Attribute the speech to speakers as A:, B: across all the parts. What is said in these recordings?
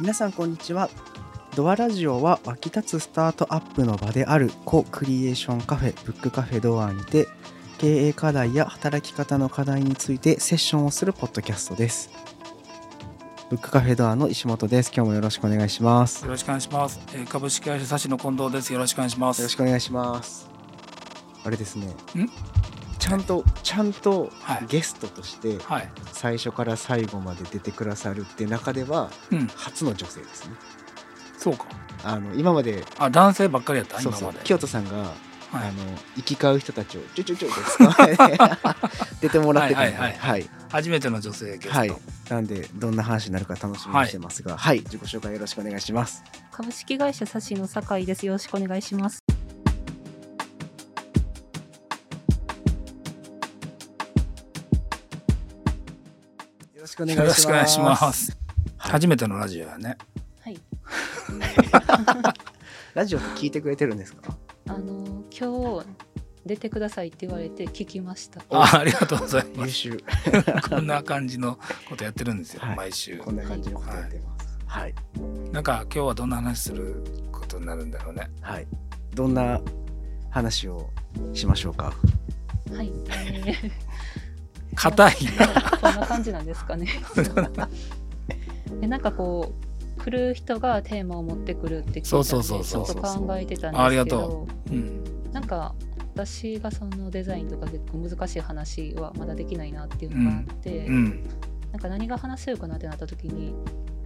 A: 皆さんこんにちはドアラジオは湧き立つスタートアップの場であるコ・クリエーションカフェブックカフェドアにて経営課題や働き方の課題についてセッションをするポッドキャストですブックカフェドアの石本です今日もよろしくお願いします
B: よろしくお願いします。えー株式会社サシの近藤です。よろしくお願いしま
A: よろし
B: す。
A: くお願いしますあれですねちゃんとちゃんと
B: はい
A: ゲストとして
B: はい。
A: 最初から最後まで出てくださるって中では
B: うん。
A: 初の女性ですね
B: そうか。
A: あの今まで
B: あ、男性ばっかりやった。
A: そうそう
B: 今まで。
A: 京都さんが
B: は
A: あ
B: い。
A: の行き交う人たちをちょちょちょですか出てもらってたんで、は
B: はいい初めての女性ゲスト。
A: はいなんでどんな話になるか楽しみにしてますが、はい、自己紹介よろしくお願いします。
C: 株式会社サシの酒井です。よろしくお願いします。
A: よろしくお願いし
B: よ
A: ま
B: ろ
A: す。
B: しくお願いします。
A: はい
B: 初めてのラジオやね。
C: はい。
A: ラジオって聞いてくれてるんですか？
C: あの今日出てくださいって言われて聞きました。
B: あ、ありがとうございま
A: 優
B: す。
A: 秀。
B: こんな感じのことやってるんですよ
A: はい。
B: 毎週
A: こ。んな感じのことやってます。はい
B: なんか今日はどんな話することになるんだろうね。
A: はい。どんな話をしましょうか？
C: はい。えー
B: 硬い
C: こんな感じなんです かね。でなんかこう来る人がテーマを持ってくるって聞いたん
B: そう
C: で
B: そうそうそう
C: ちょっと考えてたん
B: ああり
C: で
B: が
C: すけど
B: と、な。うん。
C: なんか。私がそのデザインとか結構難しい話はまだできないなっていうのがあって、
B: うん。
C: なんか何が話せるかなってなった時に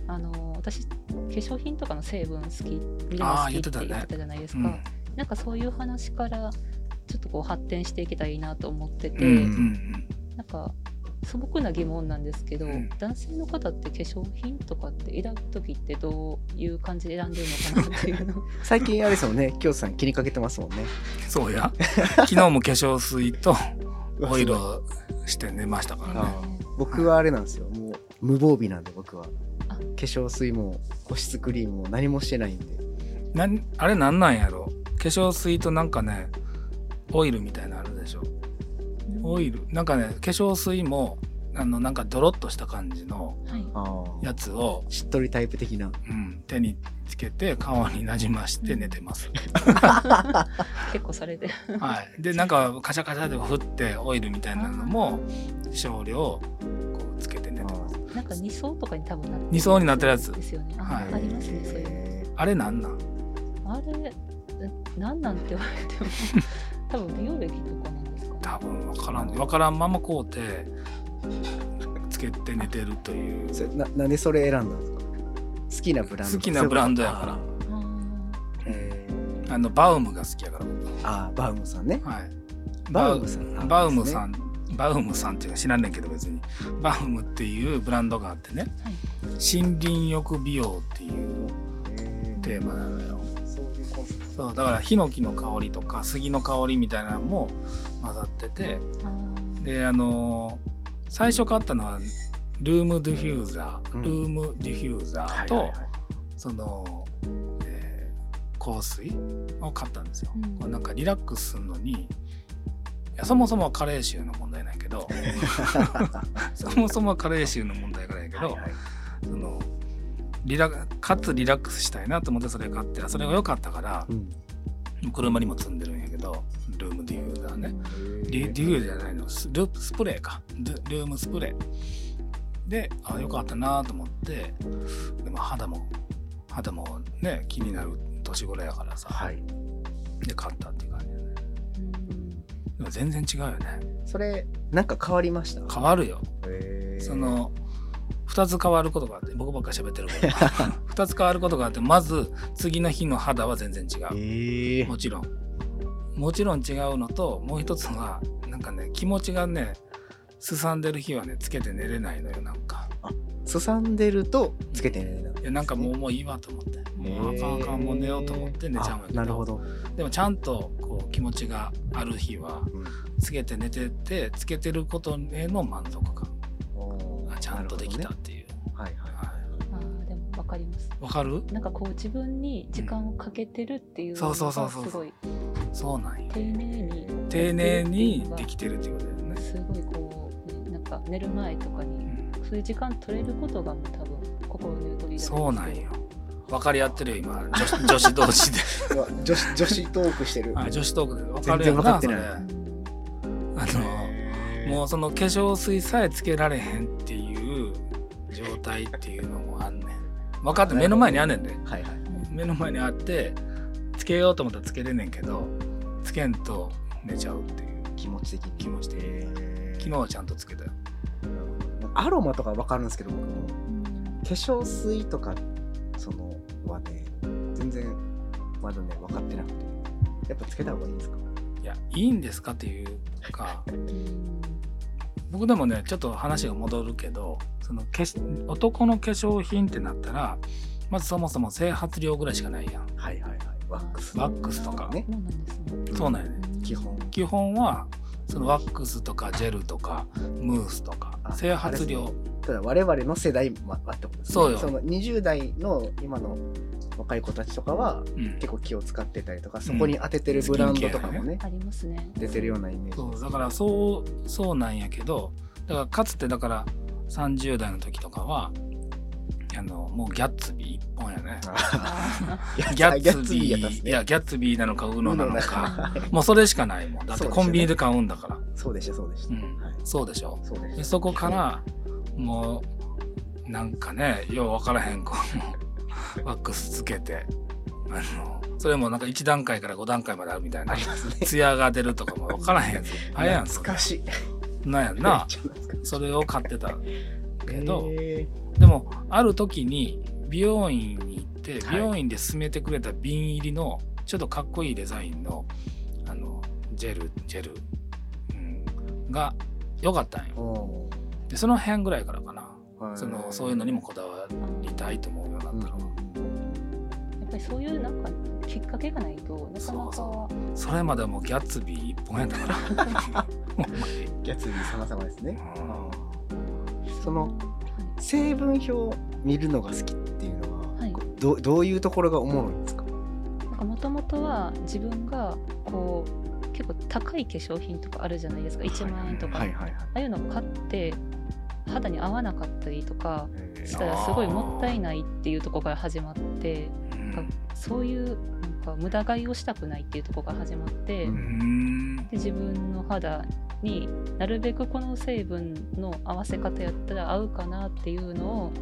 C: あの私化粧品とかの成分好き見るの
B: あ
C: 好
B: ー言っ
C: きっ
B: て
C: て
B: たね
C: 言ってたじゃないです
B: う
C: か、
B: ん。
C: なんかそういう話からちょっとこう発展していけたらいいなと思ってて、
B: うんうん。
C: なんか素朴な疑問なんですけど、
B: うん
C: 男性の方って化粧品とかって選ぶ時ってどういう感じで選んでるのかなっていうの
A: 最近あれですもんね、京都さん気にかけてますもんね。
B: そうや。昨日も化粧水とオイルをして寝ましたからね。
A: あ僕はあれなんですよもう無防備なんで僕は化
C: あ
A: 粧水も保湿クリームも何もしてないんで
B: なんあれなんなんやろ化粧水となんかねオイルみたいなのあるでしょオイルなんかね化粧水もあのなんかドロッとした感じの
C: はい
A: あ
B: やつを、
A: しっとりタイプ的な
B: うん、手につけて顔になじまして寝てます、
C: 結構されてる
B: はい、でなんかカシャカシャで振ってオイルみたいなのも少量こうつけて寝てます
C: なんか二層とかに多分なってる
B: 二層になってるやつ
C: ですよねあ,、
B: はい
C: ありますねそういうの
A: えー
B: あれなんなん
C: あれ、なんなんて言われても、多分美容液とかなんですか、ね。
B: 多分わからんわからんままこうてつけて寝てるという
A: それななんでそれ選んだんですか好きなブランド
B: 好きなブランドやから
A: あーえー
B: あのバウムが好きやから僕
A: あーバウムさんね
B: はい
A: バウムさんあ
B: バウムさん、バウムさんっていうのは知らんねんけど別にバウムっていうブランドがあってね、
C: はい
B: 森林浴美容っていう
A: ですねえ
B: テーマなのよ
A: ーそういうコンセプ
B: そうだからヒノキの香りとか杉の香りみたいなのも混ざってて
C: あー
B: であのー最初買ったのはルームディフューザー、
A: うん
B: ルームディフューザー
A: ト
B: と、その、えー香水を買ったんですよ、
C: うん
B: これなんかリラックスするのにいやそもそもは加齢臭の問題なんや けどそもそもは加齢臭の問題からやけど、
A: はいはい
B: そのリラかつリラックスしたいなと思ってそれ買ってそれが良かったから
A: うん
B: 車にも積んでるんやけどルームディフューザーね、ディディフューザーじゃないのスルスプレーかルルームスプレーであ良かったなと思ってでも肌も肌もね気になる年頃やからさ、
A: はい
B: で買ったっていう感じだね
C: うん
B: でも全然違うよね
A: それなんか変わりました
B: 変わるよ
A: えー
B: その2つ変わることがあって僕ばっかり喋ってるけど 2つ変わることがあってまず次の日の肌は全然違
A: え
B: う
A: ー
B: もちろんもちろん違うのともう一つはなんかね気持ちがねすさんでる日はねつけて寝れないのよなんか
A: すさんでるとつけてね
B: いやなんかもうもういいわと思ってもうあかんあかんもう寝ようと思って寝ちゃうんやけど
A: なるほど、
B: でもちゃんとこう気持ちがある日はつけて寝ててつけてることへの満足感がちゃんとできたっていう
A: はいはい
B: は
C: あーでも分かります。
B: わ、かる
C: なんかこう自分に時間をかけてるっていうの
B: そう
C: がす
B: そうそうそう
C: ごい
B: そうなんよ
C: 丁寧に
B: 丁寧にできてるっていうことだよね
C: すごいこう、ね、なんか寝る前とかに
B: うん
C: そそういう時間取れることがもう多分心のゆとりじゃ
B: そう
C: な
B: ないん
C: です
B: よ分かり合ってるよ今女 子女子同士で
A: うわ女子女子トークしてる。
B: あ女子トークで分か
A: 全
B: るよ
A: 然分かって
B: それ
A: ない
B: あ
A: へ
B: の
A: ー
B: もうその化粧水さえつけられへんっていう状態っていうのもあんねん分かって目の前にあんねんで
A: はいはい。
B: 目の前にあってつけようと思ったらつけれんねんけどつけんと寝ちゃうっていう
A: 気持ち的に。
B: 気持ち的に
A: へー
B: 昨日はちゃんとつけたよ
A: アロマとかわかるんですけど僕も化
C: うん
A: 粧水とかそのはね全然まだね分かってなくてやっぱつけた方がいいんですか
B: いやいいんですかっていうか
C: うん
B: 僕でもねちょっと話が戻るけどそのけし男の化粧品ってなったらまずそもそも整髪料ぐらいしかないやん
A: はいはいはいワックス
B: ワックスとか
A: ね
C: そうなんですね
B: そうなんやね
A: 基本
B: 基本はそのワックスとかジェルとかムースとか
A: あ
B: 整髪
A: あれ
B: 料
A: ただ我々の世代はってことですね
B: そうよ
A: その20代の今の若い子たちとかは
B: うん
A: 結構気を使ってたりとかそこに当ててるブランドとかもね
C: ありますね
A: 出てるようなイメージ
B: そうだからそうそうなんやけどだからかつてだから30代の時とかはあのもうギャッツビー一本やね
C: あ
B: ギャッツビ
A: や
B: ー
A: ったっす
B: い
A: ね
B: やギャッツビーなのかウノなのか
A: はい
B: もうそれしかないもんだっ
A: そ
B: て
A: うですよ
B: コ
A: ね
B: ンビニで買うんだから
A: そうでしたそうでし
B: う
A: た、
B: ん
A: はい
B: そうでしょ
A: そうでし
B: で
A: た
B: そこからもうなんかねよう分からへんこの ワックスつけてあのそれもなんか1段階から5段階まであるみたい
A: あ
B: な
A: りますね
B: ツヤが出るとかも分からへんやつあれやんそ
A: 懐
B: れ
A: かしい
B: なんやん
A: めっ
B: な
A: ちゃ懐かしい
B: それを買ってたけど
A: へ
B: でもある時に美容院に行って
A: はい
B: 美容院で勧めてくれた瓶入りのちょっとかっこいいデザインのあのジェルジェル、うん、が良かったん
A: ー
B: よ
A: お
B: でその辺ぐらいからかな
A: ー
B: そのそういうのにもこだわりたいと思うよう
A: うん
B: になったの、
C: やっぱりそういうなんかきっかけがないとなかなか
B: それまではもうギャッツビー一本やったからほんまに
A: ギャツビー様々ですね
B: うん
A: その成分表を見るのが好きっていうのは、
C: はい
A: どどういうところがおもろいんですか、
C: もともとは自分がこう結構高い化粧品とかあるじゃないですか1万円とか、
A: はいはいはい
C: ああいうのを買って肌に合わなかったりとか
A: え
C: し
A: ー
C: たらすごいもったいないっていうところから始まってそういうなんか無駄買いをしたくないっていうところから始まって、
A: うん
B: うん
C: で自分の肌になるべくこの成分の合わせ方やったら合うかなっていうのを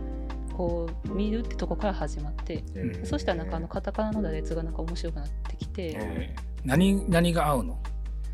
C: こう見るってとこから始まって、
A: えー
C: そしたらなんかあのカタカナの羅列がなんか面白くなってきて、
B: えー何何が合うの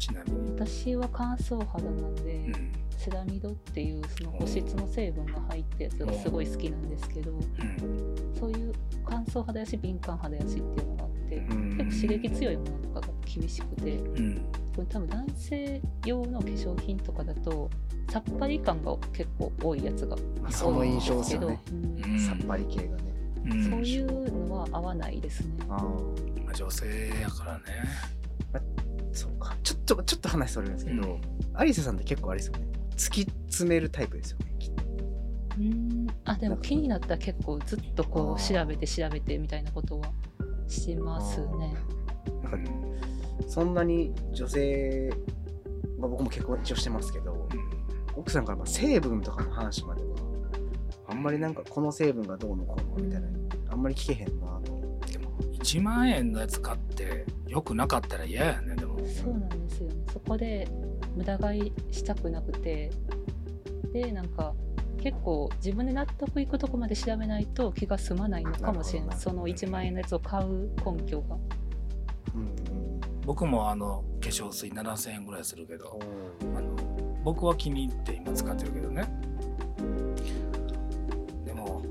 B: ちなみに、
C: 私は乾燥肌なんで、
B: うん
C: セラミドっていうその保湿の成分が入ったやつがすごい好きなんですけど、
B: うん
C: そういう乾燥肌やし敏感肌やしっていうのがあって、
B: うん
C: 結構刺激強いものとかが厳しくて
B: うん
C: これ多分男性用の化粧品とかだとさっぱり感が結構多いやつが
A: まあ、その印象ですよね、
C: 多いんですけど
B: うん
A: さっぱり系がね
B: うん
C: うんそういうのは合わないですね。
A: あー
B: まあ女性やからね
A: そうかちょっとちょっと話それるんですけど、アリセさんって結構あれですよね突き詰めるタイプですよねきっと
C: うんあでも気になったら結構ずっとこう調べて調べてみたいなことはしますね。
A: なんかそんなに女性、まあ、僕も結婚一応してますけど、奥さんからまあ成分とかの話まではあんまりなんかこの成分がどうのこうのみたいなあんまり聞けへんなと思っても
B: 1万円のやつ買って良くなかったら嫌やねでも
C: そうなんですよねそこで無駄買いしたくなくてでなんか結構自分で納得いくとこまで調べないと気が済まないのかもしれない
A: なるほ
C: そ
A: ど
C: の1万円のやつを買う根拠が
A: うんうん
B: 僕もあの化粧水7000円ぐらいするけど
A: おー
B: あの僕は気に入って今使ってるけどねでも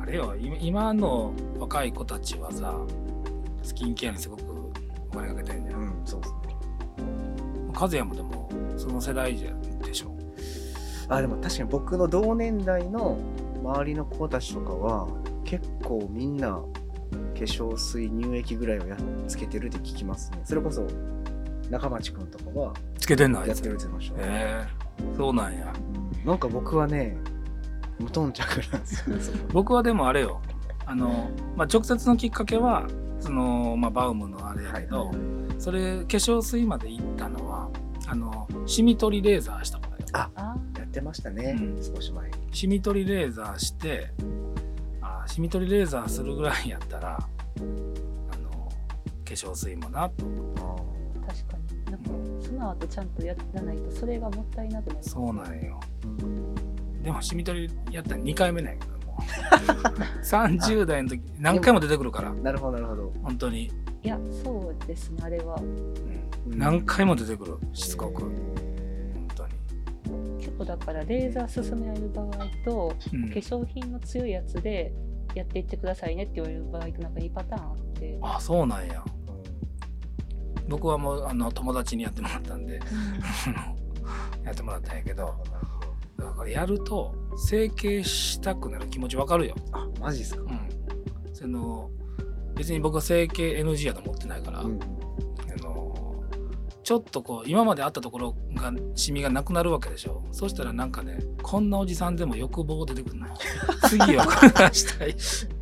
B: あれよ今今の若い子たちはさスキンケアにすごくお金かけてんじゃん
A: うんそうですね
B: 和也もでもその世代じゃでしょ
A: あでも確かに僕の同年代の周りの子たちとかは結構みんな化粧水乳液ぐらいをやっつけてるって聞きますねそれこそ中町くんとかは
B: つけてんのあい
A: やっ
B: つ
A: てるって言ってました、
B: えーそうなんや
A: うんなんか僕はね無頓着なんですよねそこ
B: 僕はでもあれよあの、まあ、直接のきっかけはその、まあ、バウムのあれやけど、それ化粧水まで行ったのはあのシミ取りレーザーしたからよ
A: あ
C: あ
A: やっててましたね、
B: うん
A: 少し前に。
B: シミ取りレーザーしてあシミ取りレーザーするぐらいやったらあの化粧水もなと
C: 確かになんかその後ちゃんとやらないとそれがもったいなくなる
B: そうなんよでもシミ取りやったら2回目なんやけども30代の時何回も出てくるから
A: なるほどなるほど。
B: 本当に、
C: いやそうですねあれは
B: うん
A: うん
B: 何回も出てくるしつこく本
A: え
B: 当に、
C: 結構だからレーザー進められる場合と
B: うん
C: 化粧品の強いやつでやっていってくださいねって言われる場合となんか2パターンあって
B: あそうなんや
A: ー
B: 僕はもうあの友達にやってもらったんで やってもらったんやけどだからやると整形したくなる気持ちわかるよ、
A: あマジっすか。
B: うん、その別に僕は整形 NG やと思ってないから、
A: うん
B: あのちょっとこう今まであったところがシミがなくなるわけでしょそしたらなんかねこんなおじさんでも欲望出てくるの 次はこれがしたい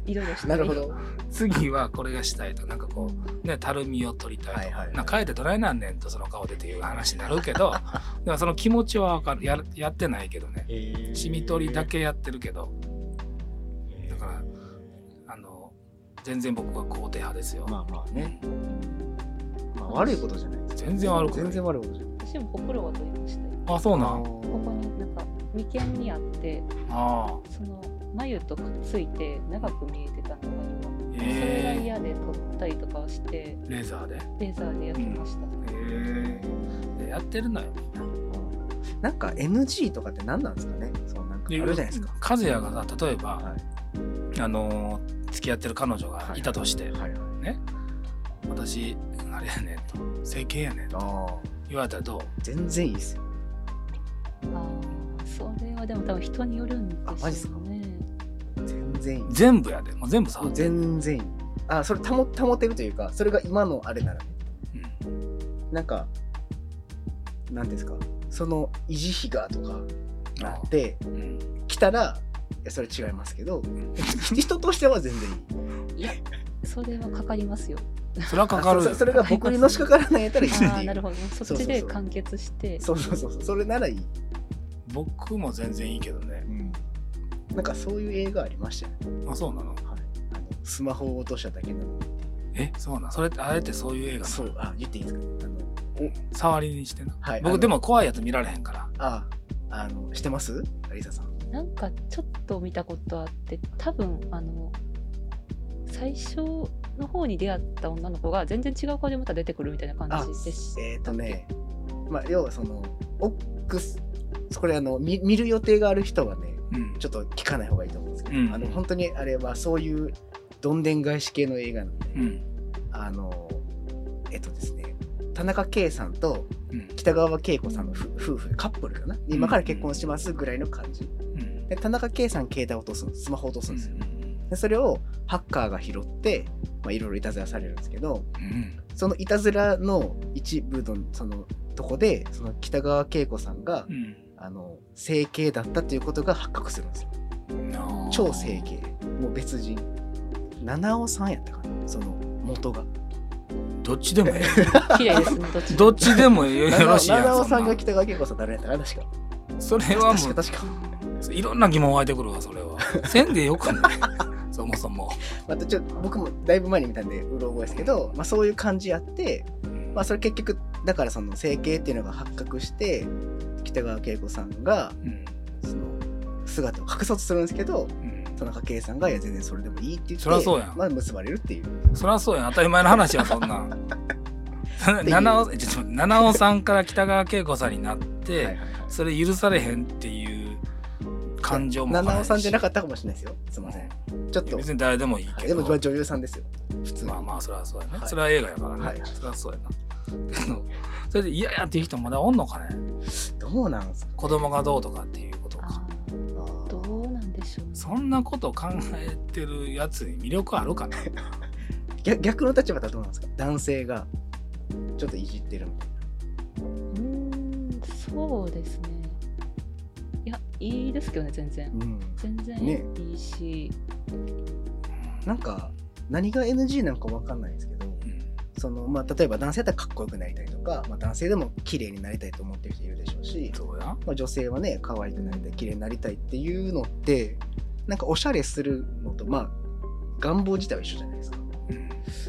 C: いろいろして
A: なるほど。
B: 次はこれがしたいとなんかこうねたるみを取りたいとか、
A: はいはいはい
B: なんか変えてどないなんねんとその顔でっていう話になるけ どでもその気持ちはわかるややってないけどねシミ取りだ。けやってるけどだからあの全然僕は肯定派ですよ、
A: まあまあね。まあ悪いことじゃないです。
B: 全然悪くない
A: 全然悪いことじゃない。
C: 私もほくろは取りましたよ
B: あそうなん
A: こ
C: ここになんか眉間にあって
B: あ
C: その眉とくっついて長く見えてたのが今
B: ー
C: それが
B: え
C: 嫌で取ったりとかをして
B: ー、レーザーで
C: レーザーでやってました、
B: へえやってるのよ
A: なんか NG とかって何なんですかね。そうなんかあるじゃないですか。
B: 和也がさ例えば、
A: は
B: あのー付き合ってる彼女がいたとして、
A: いはいはい。
B: 私あれやねんと整形やねんと
A: ああ
B: 言われたらどう
A: 全然いいですよ。
C: ああそれはでも多分人によるんで
A: あマジっす
C: す
A: か
C: よね
A: 全然いい。
B: 全部やでもう全部触ってる、
A: 全然いい。あそれ保保てるというかそれが今のあれならね
B: うん
A: なんかなんですかその維持費がとかな
B: あ
A: って
B: うん
A: 来たらいやそれ違いますけど 人としては全然いい。
C: それはかかりま すよ
B: それはかかる
A: あ
B: よ
A: そそれが僕にのしかからないやったらいいっていう
C: ああなるほどそっちで完結して
A: そうそうそうそうそれならいい、
B: 僕も全然いいけどね
A: なんかそういう映画ありましたよね、
B: あそうなの
A: はい、あのスマホを落としただけなのに
B: えそうなのそれってあえてそういう映画
A: そうあ言っていいんですかあの
B: 触りにしてな
A: はいあの
B: 僕でも怖いやつ見られへんから
A: ああのしてますアリサさん
C: なんかちょっと見たことあって多分あの最初の方に出会った女の子が全然違う顔でまた出てくるみたいな感じです
A: えっ、ー、とね、まあ、要はその、オックス、これあの見、見る予定がある人はね、
B: うん
A: ちょっと聞かない方がいいと思うんですけど、
B: うん
A: あの本当にあれはそういうどんでん返し系の映画なんで、
B: うん
A: あの、えっとですね、田中圭さんと
B: うん
A: 北川景子さんの夫夫婦、カップルかな、今から結婚しますぐらいの感じ。
B: うん
A: で、田中圭さん、携帯落とすんです、スマホ落とすんですよ。
B: うん
A: でそれをハッカーが拾って、まあ、いろいろいたずらされるんですけど、
B: うん
A: そのいたずらの一部のそのとこでその北川景子さんが、
B: うん
A: あの整形だったということが発覚するんですよ
B: うん
A: 超整形もう別人七尾さんやったかなその元が
B: どっちでもえ
C: 綺麗ですねどっ
B: え
C: ち
B: どっちでもよろしいやん
A: 七尾
B: そ
A: さ
B: ん
A: ん
B: な
A: が北川景子さん誰やったかな確か
B: それはも
A: 確
B: う
A: か確か、
B: いろんな疑問湧いてくるわ、それは。せんでよくないそもそも。
A: またちょっと僕もだいぶ前に見たんでうろ覚えですけど、まあ、そういう感じやってまあそれ結局だからその整形っていうのが発覚して北川景子さんが
B: うん
A: その姿を隠そうとするんですけど
B: うん
A: 田中圭さんが「いや全然それでもいい」って言って
B: そりゃそうやん
A: まあ、結ばれるっていう
B: そりゃそうやん、当たり前の話や、そんなん。七尾えちょっと待って七尾さんから北川景子さんになって、
A: はいはいはい
B: それ許されへんっていう感情も
A: 七尾さんじゃな
B: か
A: かったかもしれないですよすいませんちょっと
B: 別に誰でもいい
A: で
B: けど
A: もまあ女優さんですよ普通に
B: まあまあそれはそうやね、
A: はい
B: それは映画やからね、
A: はい
B: それはそうやなけどそれで嫌やっていう人まだおんのかね
A: どうなんすか
B: 子供がどうとかっていうことか
C: あーどうなんでしょうね
B: そんなこと考えてるやつに魅力あるかな
A: 逆逆の立場だとどうなんですか男性がちょっといじってるみたいう
C: ーんそうですねいやいいですけどね全然
A: な、うん、
C: 全然
A: ね
C: いいし、
A: なんか何が NG なんかわかんないですけど
B: うん
A: そのまあ、例えば男性だったらかっこよくなりたいとか、まあ、男性でも綺麗になりたいと思ってる人いるでしょうし、
B: そうや
A: まあ、女性はね可愛くなりたい綺麗になりたいっていうのってなんかおしゃれするのとまあ願望自体は一緒じゃないですか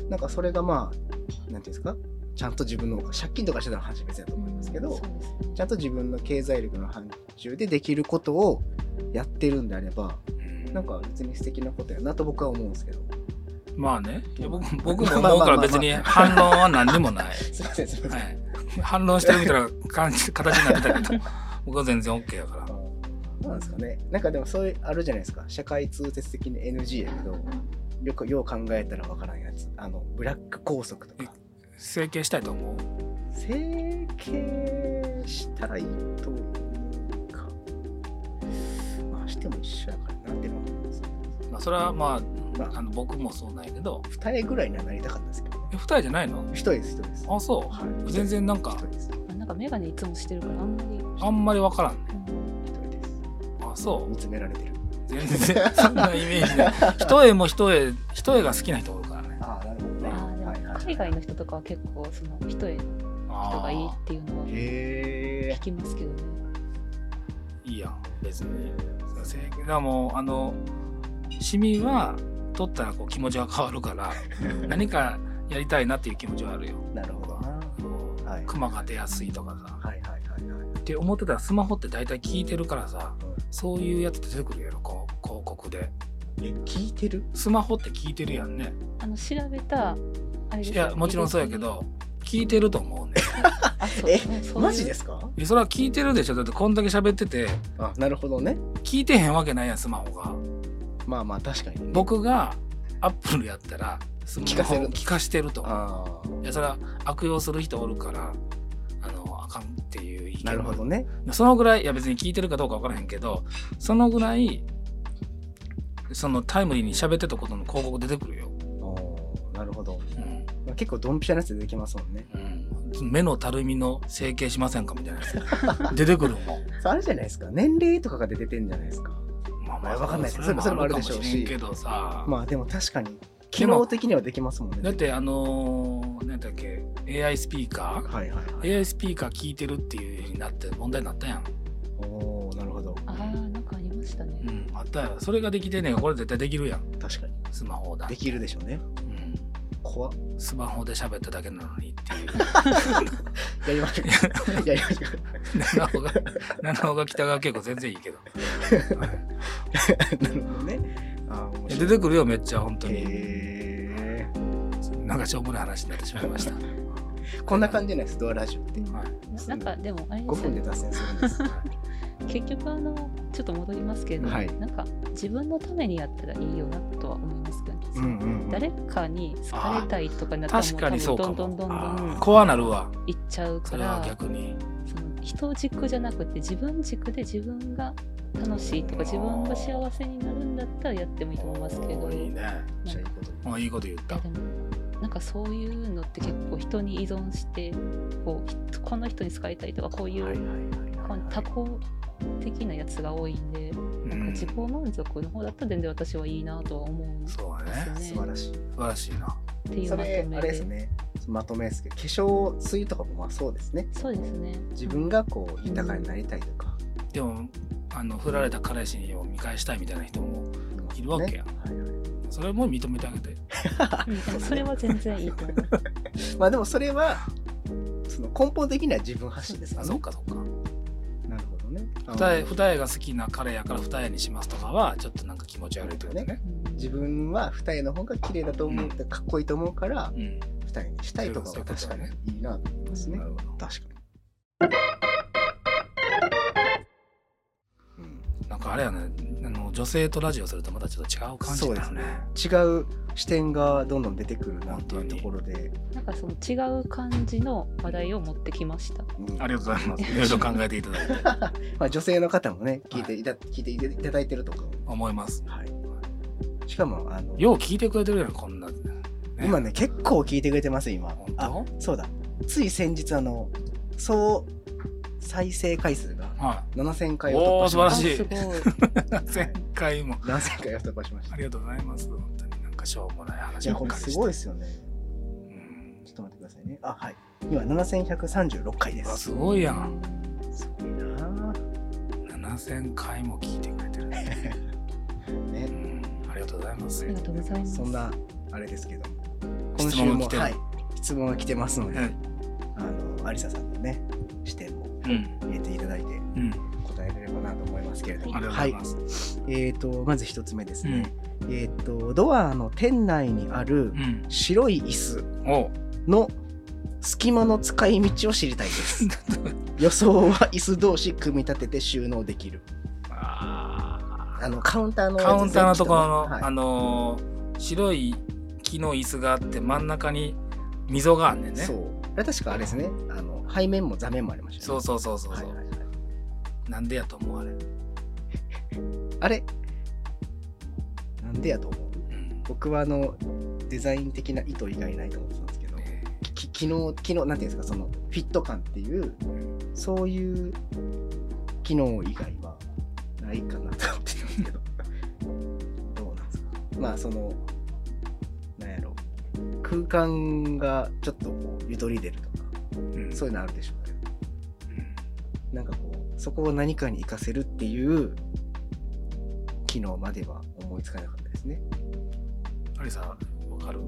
B: うん
A: なんかそれがまあなんていうんですかちゃんと自分の借金とかしてたら話別だと思いますけど
C: そうですね
A: ちゃんと自分の経済力の範疇でできることをやってるんであれば
B: うん
A: なんか別に素敵なことやなと僕は思うんですけど
B: まあねいや僕 も僕
A: ま
B: も
A: あまあ
B: 思うから
A: まあまあ
B: 別に反論は何でもない、
A: すいませんすいません、
B: はい、反論してるみたいな感じ形になって たけど僕は全然 OK やから
A: あのどうなんですかねなんかでもそういうあるじゃないですか社会通説的に NG やけどよくよう考えたらわからんやつあのブラック拘束とか
B: 整形したいと思う
A: 整形したらいいというかまあしても一緒やからなっていうのは思いますね
B: まあ、それはま
A: ま
B: あ
A: あ
B: あの僕もそうなんやけど
A: 二重ぐらいにはなりたかったですけど
B: え二人じゃないの
A: 一人です一人です
B: あそ
A: はい
B: 全然なんか
A: 一人です
C: まあなんか眼鏡いつもしてるからあんまり
B: うあんまり分からんね
A: 一人です
B: あそう
A: 見つめられてる
B: 全然 そんなイメージない一重も一重一重が好きな人おるからね
A: ああなるほどね
C: あーでも海外の人とかは結構その一重の人がいい
B: あ
C: っていうのは
A: へえ
C: 聞きますけどね
B: ーいいやん別にそう整形だからもうあのシミは取ったらこう気持ちが変わる から何かやりたいなっていう気持ちはあるよ
A: なるほどなはい
B: クマが出やすいとかさ
A: はいはいはいはい
B: って思ってたらスマホって大体聞いてるからさそういうやつ出てくるやろこう広告で
A: え聞いてる
B: スマホって聞いてるやんね
C: あの調べたあれです
B: い
C: よ
B: やもちろんそうやけど聞いてると思うね
C: あそう
A: え
C: そういう
A: マジですか
B: えそれは聞いてるでしょだってこんだけ喋ってて
A: あなるほどね
B: 聞いてへんわけないやんスマホが
A: まあまあ確かにね
B: 僕がアップルやったらスマ
A: 聞か
B: ホ
A: せる
B: を聞かしてると
A: ああ
B: いやそれは悪用する人おるからあのあかんっていう意見
A: なるほどね
B: そのぐらいいや別に聞いてるかどうか分からへんけどそのぐらいそのタイムリーに喋ってたことの広告出てくるよ、
A: おーなるほど、
B: うん
A: まあ、結構ドンピシャなやつでできますもんね
B: うん、目のたるみの整形しませんかみたいなやつ出てくるもん
A: そうあるじゃないですか年齢とかが出ててんじゃないですか
B: まあ
A: まあわかんないです
B: それも
A: そ
B: そ
A: れもあ
B: れもあ
A: る
B: る
A: で
B: か
A: し
B: も
A: ょうし
B: しれんけどさ、
A: まあでも確かに機能的にはできますもんね
B: だってあのー、なんだっけ AI スピーカ
A: はいはいは
B: ー AI スピーカー聞いてるっていう風になって問題になったやん、
A: いおおなるほど
C: あーなんかありましたね、
B: うん、あったやんそれができてんねんこれ絶対できるやん
A: 確かに
B: スマホだ
A: できるでしょうね
B: うん、
A: 怖っ
B: スマホで喋っただけなのにっていう
A: やりましょ うやりましょ
B: 七尾が七尾が北川景子全然いいけど、は
A: うなるほどねあー面
B: い
A: 白
B: 出
A: い
B: てくるよめっちゃ本当に
A: へ
B: なんかしょうもない話になってしまいました。
A: ーこんな感じじゃないですドアラジオって
B: はい
C: ななんかでもあれで
A: 5
C: すよ
A: 分で
C: ね
A: 脱線するん です
C: 結局あのちょっと戻りますけれども、
A: はい
C: なんか自分のためにやったらいいよなとは思いますけど、ね
A: うんうんうん
C: 誰かに好かれたいとかになったら
B: 確かにそうか
C: もう多
B: も
C: 分どんどんどんどん
B: 怖なるわ
C: いっちゃう
B: そ
C: か
B: れは
C: ら
B: 逆に
C: その人軸じゃなくて自分軸で自分が楽しいとか自分が幸せになるんだったらやってもいいと思いますけど
B: おーいいね
A: めっちゃいいこと
B: もういいこと言っ
C: い
B: た
C: やでもなんかそういうのって結構人に依存してこうひこの人に好かれたりとかこういう、
A: はいはいはいはい
C: こう多幸的なやつが多いんで、
B: う
C: なんか
B: ん
C: 自己満足の方だったら全然私はいいなとは思うんです
B: そうだね
A: 素
C: ね。
A: 晴らしい
B: 素晴らしいな
C: っていう
A: そ
C: まと
A: れ
C: め
A: あれですねまとめですけど化粧水とかもまあそうですね
C: そうです ね。
A: 自分がこう豊かになりたいとか、
B: でもあの振られた彼氏を見返したいみたいな人もいるわけや
A: ねはいはい
B: それも認めてあげて
C: うんそれは全然いいと思いま す。
A: まあでもそれはその根本的には自分発信ですか
B: あ
A: ら
B: そ
A: ね
B: っかそっか
A: なるほどね
B: 二重
A: あの
B: 二重が好きな彼やから二重にしますとかはちょっとなんか気持ち悪いってことね
A: 自分は二重の方が綺麗だと思う、かっこいいと思うから
B: うん
A: 二重にしたいとかは
B: そういうこと
A: 確か
B: だ
A: に
B: ね
A: いいなと思いますね
B: なるほど
A: 確かに、うん
B: なんかあれやねあの女性とラジオするとまたちょっと違う感じ
A: そうで
B: だよ
A: すね
B: ね
A: 違う視点がどんどん出てくるなっていうところで、
C: なんかその違う感じの話題を持ってきました。
A: うん
B: ありがとうございますいろいろ考えていただいて
A: まあ、女性の方もね聞いていた、聞いていただいてるとか、
B: 思います
A: はい、しかもあの
B: よう聞いてくれてるやんこんな
A: 今ね結構聞いてくれてます今
B: 本当
A: あそうだつい先日あの総再生回数が
B: は
A: 7000
B: い
A: 回を
B: おおー
A: 突破
B: 素
A: し
B: 晴
A: ま
B: ら
C: あ
A: し
B: し い
C: すごい。
B: 前回も
A: た7000回を突破しました
B: ありがとうございます本当になんかしょうもない話
A: いや
B: ば
A: こ
B: っ
A: れ
B: かりして
A: すごいですよね
B: うん
A: と待ってくださいね。あ、はい。今、7136回で
B: あ
A: す。
B: すごいやん
A: すごいな
B: 7000回も聞いてくれてる、ね
A: ぁ
B: う
A: ね。
B: ん、ありがとうございます
C: りがとうございます
A: そんな、あれですけど、今
B: 質
A: 週
B: 問
A: も、
B: が来てる
A: はい、質問が来てますので、
B: はい
A: あの、ありささんのね、視点も
B: うん
A: 入れていただいて
B: うん
A: 答えられればなと思いますけれども。
B: ありがとうございます、
A: はい、えっ、と、まず一つ目です
B: う
A: ね。
B: ん
A: えっ、と、ドアの店内にある
B: うん
A: 白い椅子
B: おう
A: の隙間の使い道を知りたいです。予想は椅子同士組み立てて収納できる。
B: あ
A: あのカウンターの
B: ーカウンターのところの、
A: はい
B: あのー白い木の椅子があって真ん中に溝があんねんね
A: そう。あれ確かあれですね。あの背面も座面もありました
B: そう
A: よね。
B: そうそうそうそう、
A: はいはいはい
B: なんでやと思うあれ、
A: あれなんでやと思う。
B: うん
A: 僕はあのデザイン的な意図以外ないと思ってたんですけど、
B: ね
A: き機能機能なんていうんですかそのフィット感っていうそういう機能以外はないかなと思ってたんです けどどうなんですかまあそのなんやろ空間がちょっとこうゆとり出るとか
B: うん
A: そういうのあるでしょうねなんかこうそこを何かに活かせるっていう機能までは思いつかなかったですね
B: あれさわかる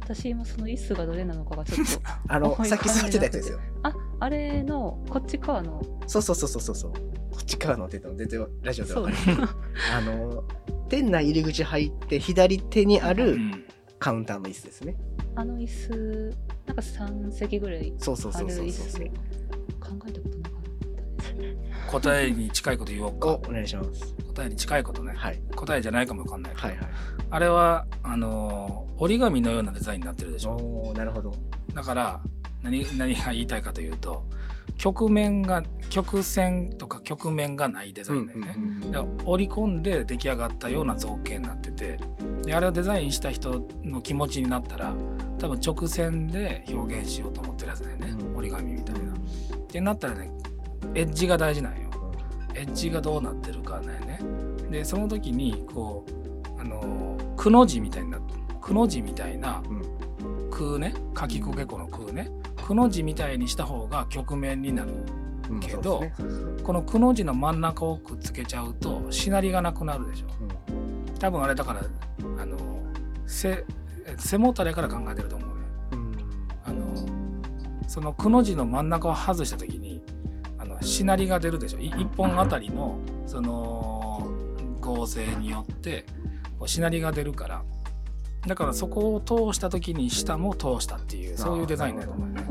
C: 私今その椅子がどれなのかがちょ っと
A: あの
C: 思い浮
A: さ
C: か
A: っ
C: ん
A: き座って
C: で
A: たやつですよ
C: ああれのこっち側の
A: そうそうそうそうそうそう。こっち側の出たの全然ラジオで
C: そ
A: わ
C: う
A: かる。あの店内入り口入って左手にあ
B: う
A: る
B: ん
A: カウンターの椅子ですね。
C: あの椅子なんか3席ぐらい
A: そうそう
C: あ
A: そう
C: る
A: そう
C: 椅
A: そう
C: 子考えたことなかったです
B: 答えに近いこと言おう
A: お
B: か
A: お願いします。
B: 答えに近いことね、
A: はい
B: 答えじゃないかもわかんないけど、
A: はいはい。
B: あれはあのー折り紙のようなデザインになってるでしょ
A: おおなるほど。
B: だから何何が言いたいかというと曲面が曲線とか曲面がないデザインだよね、で折り込んで出来上がったような造形になっててであれをデザインした人の気持ちになったら多分直線で表現しようと思ってるやつだよね、
A: うん
B: 折り紙みたいな。ってなったらねエッジが大事なんよエッジがどうなってるかだよね。でその時にこうあのーくの字みたいになってくの字みたいな
A: うん
B: 空ねかきくけこの空ねくの字みたいにした方が曲面になる
A: うん
B: けど
A: そうですねそうですね
B: このくの字の真ん中をくっつけちゃうとしなりがなくなるでしょ多分あれだからあの背背もたれから考えてると思うね
A: うん
B: あのそのくの字の真ん中を外した時にあのしなりが出るでしょい一本あたりのその合成によってこうしなりが出るからだからそこを通した時に下も通したっていうそういうデザインだと思うね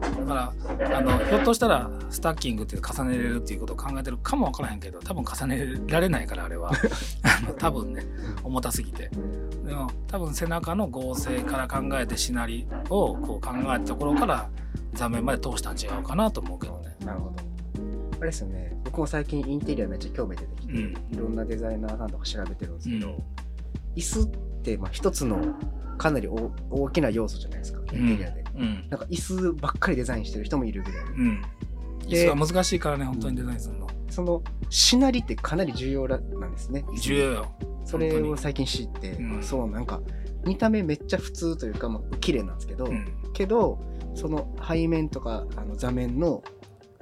B: だからあのひょっとしたらスタッキングって重ねれるっていうことを考えてるかもわからへんけど多分重ねられないからあれは あの多分ね重たすぎてでも多分背中の合成から考えてしなりをこう考えたところから座面まで通したん違うかなと思うけどね
A: なるほど。あれですよね。僕も最近インテリアめっちゃ興味出てきて、
B: うん
A: いろんなデザイナーさんとか調べてるんですけど、
B: うん
A: 椅子ってまあ一つのかなり大大きな要素じゃないですか。インテリアで。
B: うん
A: なんか椅子ばっかりデザインしてる人もいるぐらい
B: うん
A: で
B: 椅子は難しいからね本当にデザインするの
A: そのしなりってかなり重要らなんですね
B: 重要よ
A: それを最近知って、
B: うん
A: そうなんか見た目めっちゃ普通というか、まあ、綺麗なんですけど、
B: うん
A: けどその背面とかあの座面の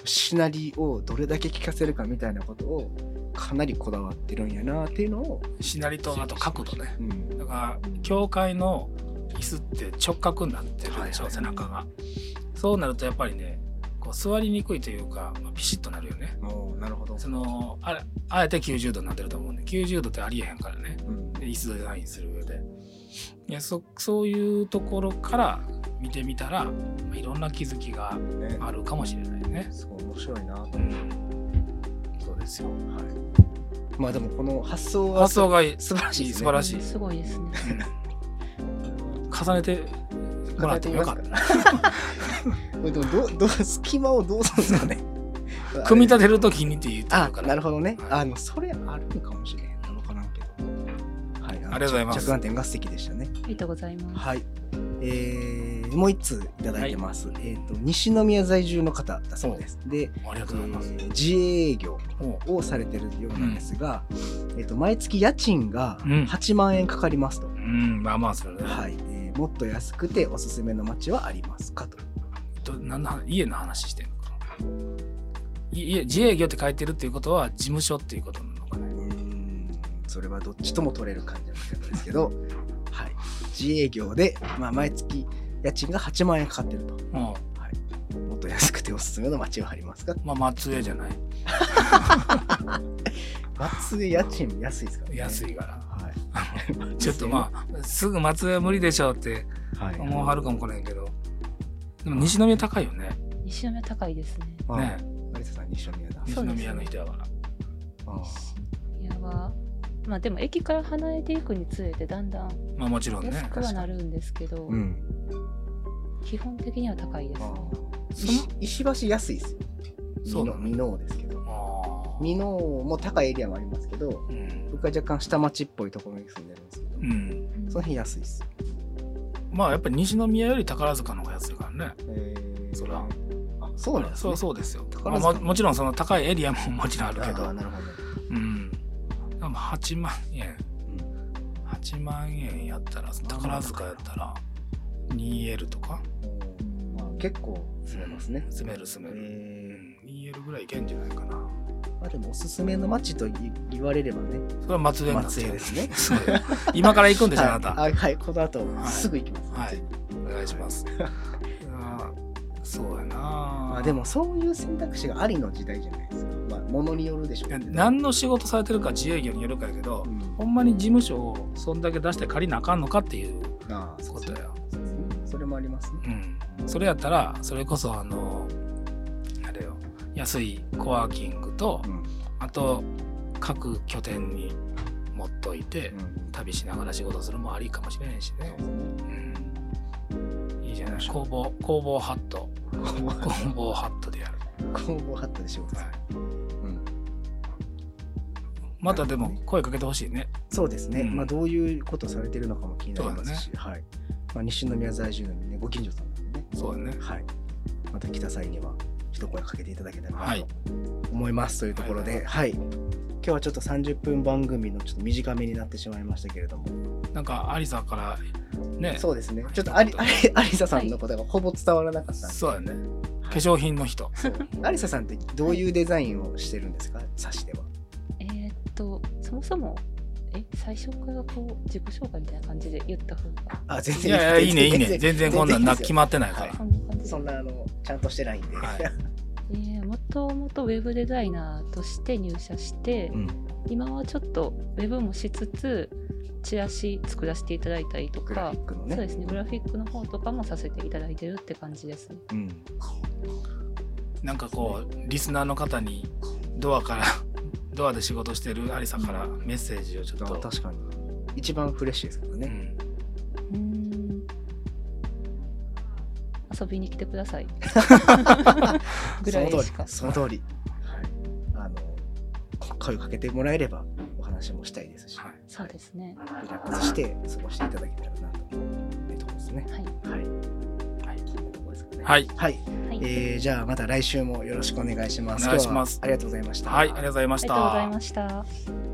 A: しなりをどれだけ効かせるかみたいなことをかなりこだわってるんやなっていうのを、
B: しなりとあと角度ね
A: うん
B: だから教会の椅子って直角になってるでしょ、
A: はいはい
B: 背中がそうなるとやっぱりねこう座りにくいというかまあピシッとなるよね
A: おーなるほど、
B: そのあれあえて90度になってると思うんで90度ってありえへんからね
A: うん
B: で椅子デザインする上でいやそそういうところから見てみたら、まあ、いろんな気づきが
A: ね、
B: あるかもしれないね、
A: すごい面白いなと、
B: う
A: はい、
B: ん、そうですよ
A: まあでもこの発想は
B: 発想 がいい
A: 素晴らしいですね
B: 素晴らしい
C: すごいですね
B: 重ねてもらってもよかった
A: これでもどうどう隙間をどうするんですかね
B: 組み立てる時にって言って
A: あ
B: るから
A: なるほどね、
B: はい
A: あのそれあるのかもしれへんなのかなけどはいあり
B: ありがとうございます
A: 着眼点が素敵でしたね
C: ありがとうございます
A: はいえー、もう一通いただいてます、えっ、と西宮在住の方だそうですで、
B: ありが
A: え
B: とうございます。
A: ー自営業
B: おう
A: をされてるようなんですが、えっと毎月家賃が
B: うん
A: 8万円かかりますと、
B: うん、まあまあするね。
A: はい、えーーもっと安くておすすめの街はありますかと。
B: ど何の話家の話してんのかない家自営業って書いてるっていうことは事務所っていうことなのかね
A: うーんそれはどっちとも取れる感じの書き方ですけ ど、はい、自営業で、まあ、毎月家賃が8万円かかってると、
B: も
A: はい、もっと安くておすすめの街はありますか
B: うまあ松江じゃない
A: 松江家賃安いですからね
B: 安
A: い、
B: いから
A: は
B: ちょっとまあすぐ松江は無理でしょうって
A: いはい、
B: 思うはるかもこれんけどでも西宮高いよね
C: 西宮高いですね
A: あ
B: ね
A: 有田さん西宮だ
B: 西
C: そうですね
B: 宮の人やから
A: あ
C: 西宮はまあでも駅から離れていくにつれてだんだん
B: まあもちろんね
C: 安くはなるんですけど、
A: うん
C: 基本的には高いですね、
A: あ
B: その
A: 石石橋安いですよ
B: そうなの
A: 美濃美濃ですけど
B: あー
A: 美濃も高いエリアもありますけど
B: うん
A: 僕は若干下町っぽいところに住んでるんですけど、
B: うん
C: うん
A: その辺安いです
B: まあやっぱり西宮より宝塚の方が安いからね
A: えー
B: そら
A: あそうなんです、ね、
B: そうそうですよ、ま
A: 宝
B: あ、
A: 塚
B: ももちろんその高いエリアももちろんあるけど
A: あーなるほど
B: うんでも8万円8万円やったら宝塚やったら 2L とか
A: うんまあ、結構住めますね、
B: 住める住める、う
A: え
B: ん、2L ぐらいいけんじゃないかな
A: ーまあ、でもおすすめの街とい言われればね
B: それは松江になっち
A: 松江
B: ゃう
A: ですね
B: そう今から行くんでしょ、あな た
A: はい、あはい、この後
B: はい
A: すぐ行きます、
B: はいお願い しますあそうやな
A: まあ、でもそういう選択肢がありの時代じゃないですか、まあ、ものによるでしょう
B: い
A: け
B: や
A: ど
B: 何の仕事されてるか自営業によるかやけど
A: うん
B: ほんまに事務所をそんだけ出して借りなあかんのかっていう
A: ああそう
B: こ
A: です
B: と
A: ね
B: や
A: そうですねそれもありますね
B: うんそれやったらそれこそあのあれよ安いコワーキングと
A: うん
B: あと各拠点に持っといて
A: うん
B: 旅しながら仕事するもありかもしれないしね、うん、いいじゃない工房工房ハット
A: 工房
B: 工房ハットでやる、
A: 工房ハットで仕事す
B: は
A: る
B: い、
A: うん
B: またでも声かけてほしいね
A: そうですね、
B: うん
A: まあ、どういうことされてるのかも気になりますし、はいまあ、西宮在住のねご近所さんなんでね
B: そうだね
A: はい、また来た際には一声かけていただけたら
B: は
A: ないと思います、というところで、はい今日はちょっと30分番組のちょっと短めになってしまいましたけれども、
B: なんかアリサからね
A: そうですねちょっとありありありささんのことがほぼ伝わらなかったんで、
B: そうやね化粧品の 人
A: そうありささんってどういうデザインをしてるんですか冊子では。
C: えーっとそもそもえ最初からこう自己紹介みたいな感じで言った方が
A: あ全
B: いやいやいいねいいね
A: 全
B: 全然こんなん
A: 全然いいで
B: な
A: すよ
B: 決まってないから、
A: は
C: そんな感じ
A: そんなあのちゃんとしてないんで、
B: はい
C: えーもともとウェブデザイナーとして入社して、
A: うん
C: 今はちょっとウェブもしつつチラシ作らせていただいたりと
A: グラ
C: か
A: フィックのね
C: そうですねグラフィックの方とかもさせていただいてるって感じですね
A: うん
B: なんかこうリスナーの方にドアから ドアで仕事してるアリサからメッセージをちょっ
A: あ
B: と、
A: 確かに一番フレッシュですから
B: う
A: ね、
B: ん、
C: うーん遊びに来てくだ さい ぐらいしか
A: その通りその通り、はい、あのこ声をかけてもらえればお話もしたいですし、
B: はい
C: そうですね
A: リラックスして過ごしていただけたらなというところですね
C: はい
A: はい
B: はい
A: こんなところですかね
B: はい、
A: はい、
C: はい、
A: えーじゃあまた来週もよろしくお願いします
B: お願いします
A: 今日はありがとうございました
B: はい、ありがとうございまし
C: あり
B: た。
C: がとうございました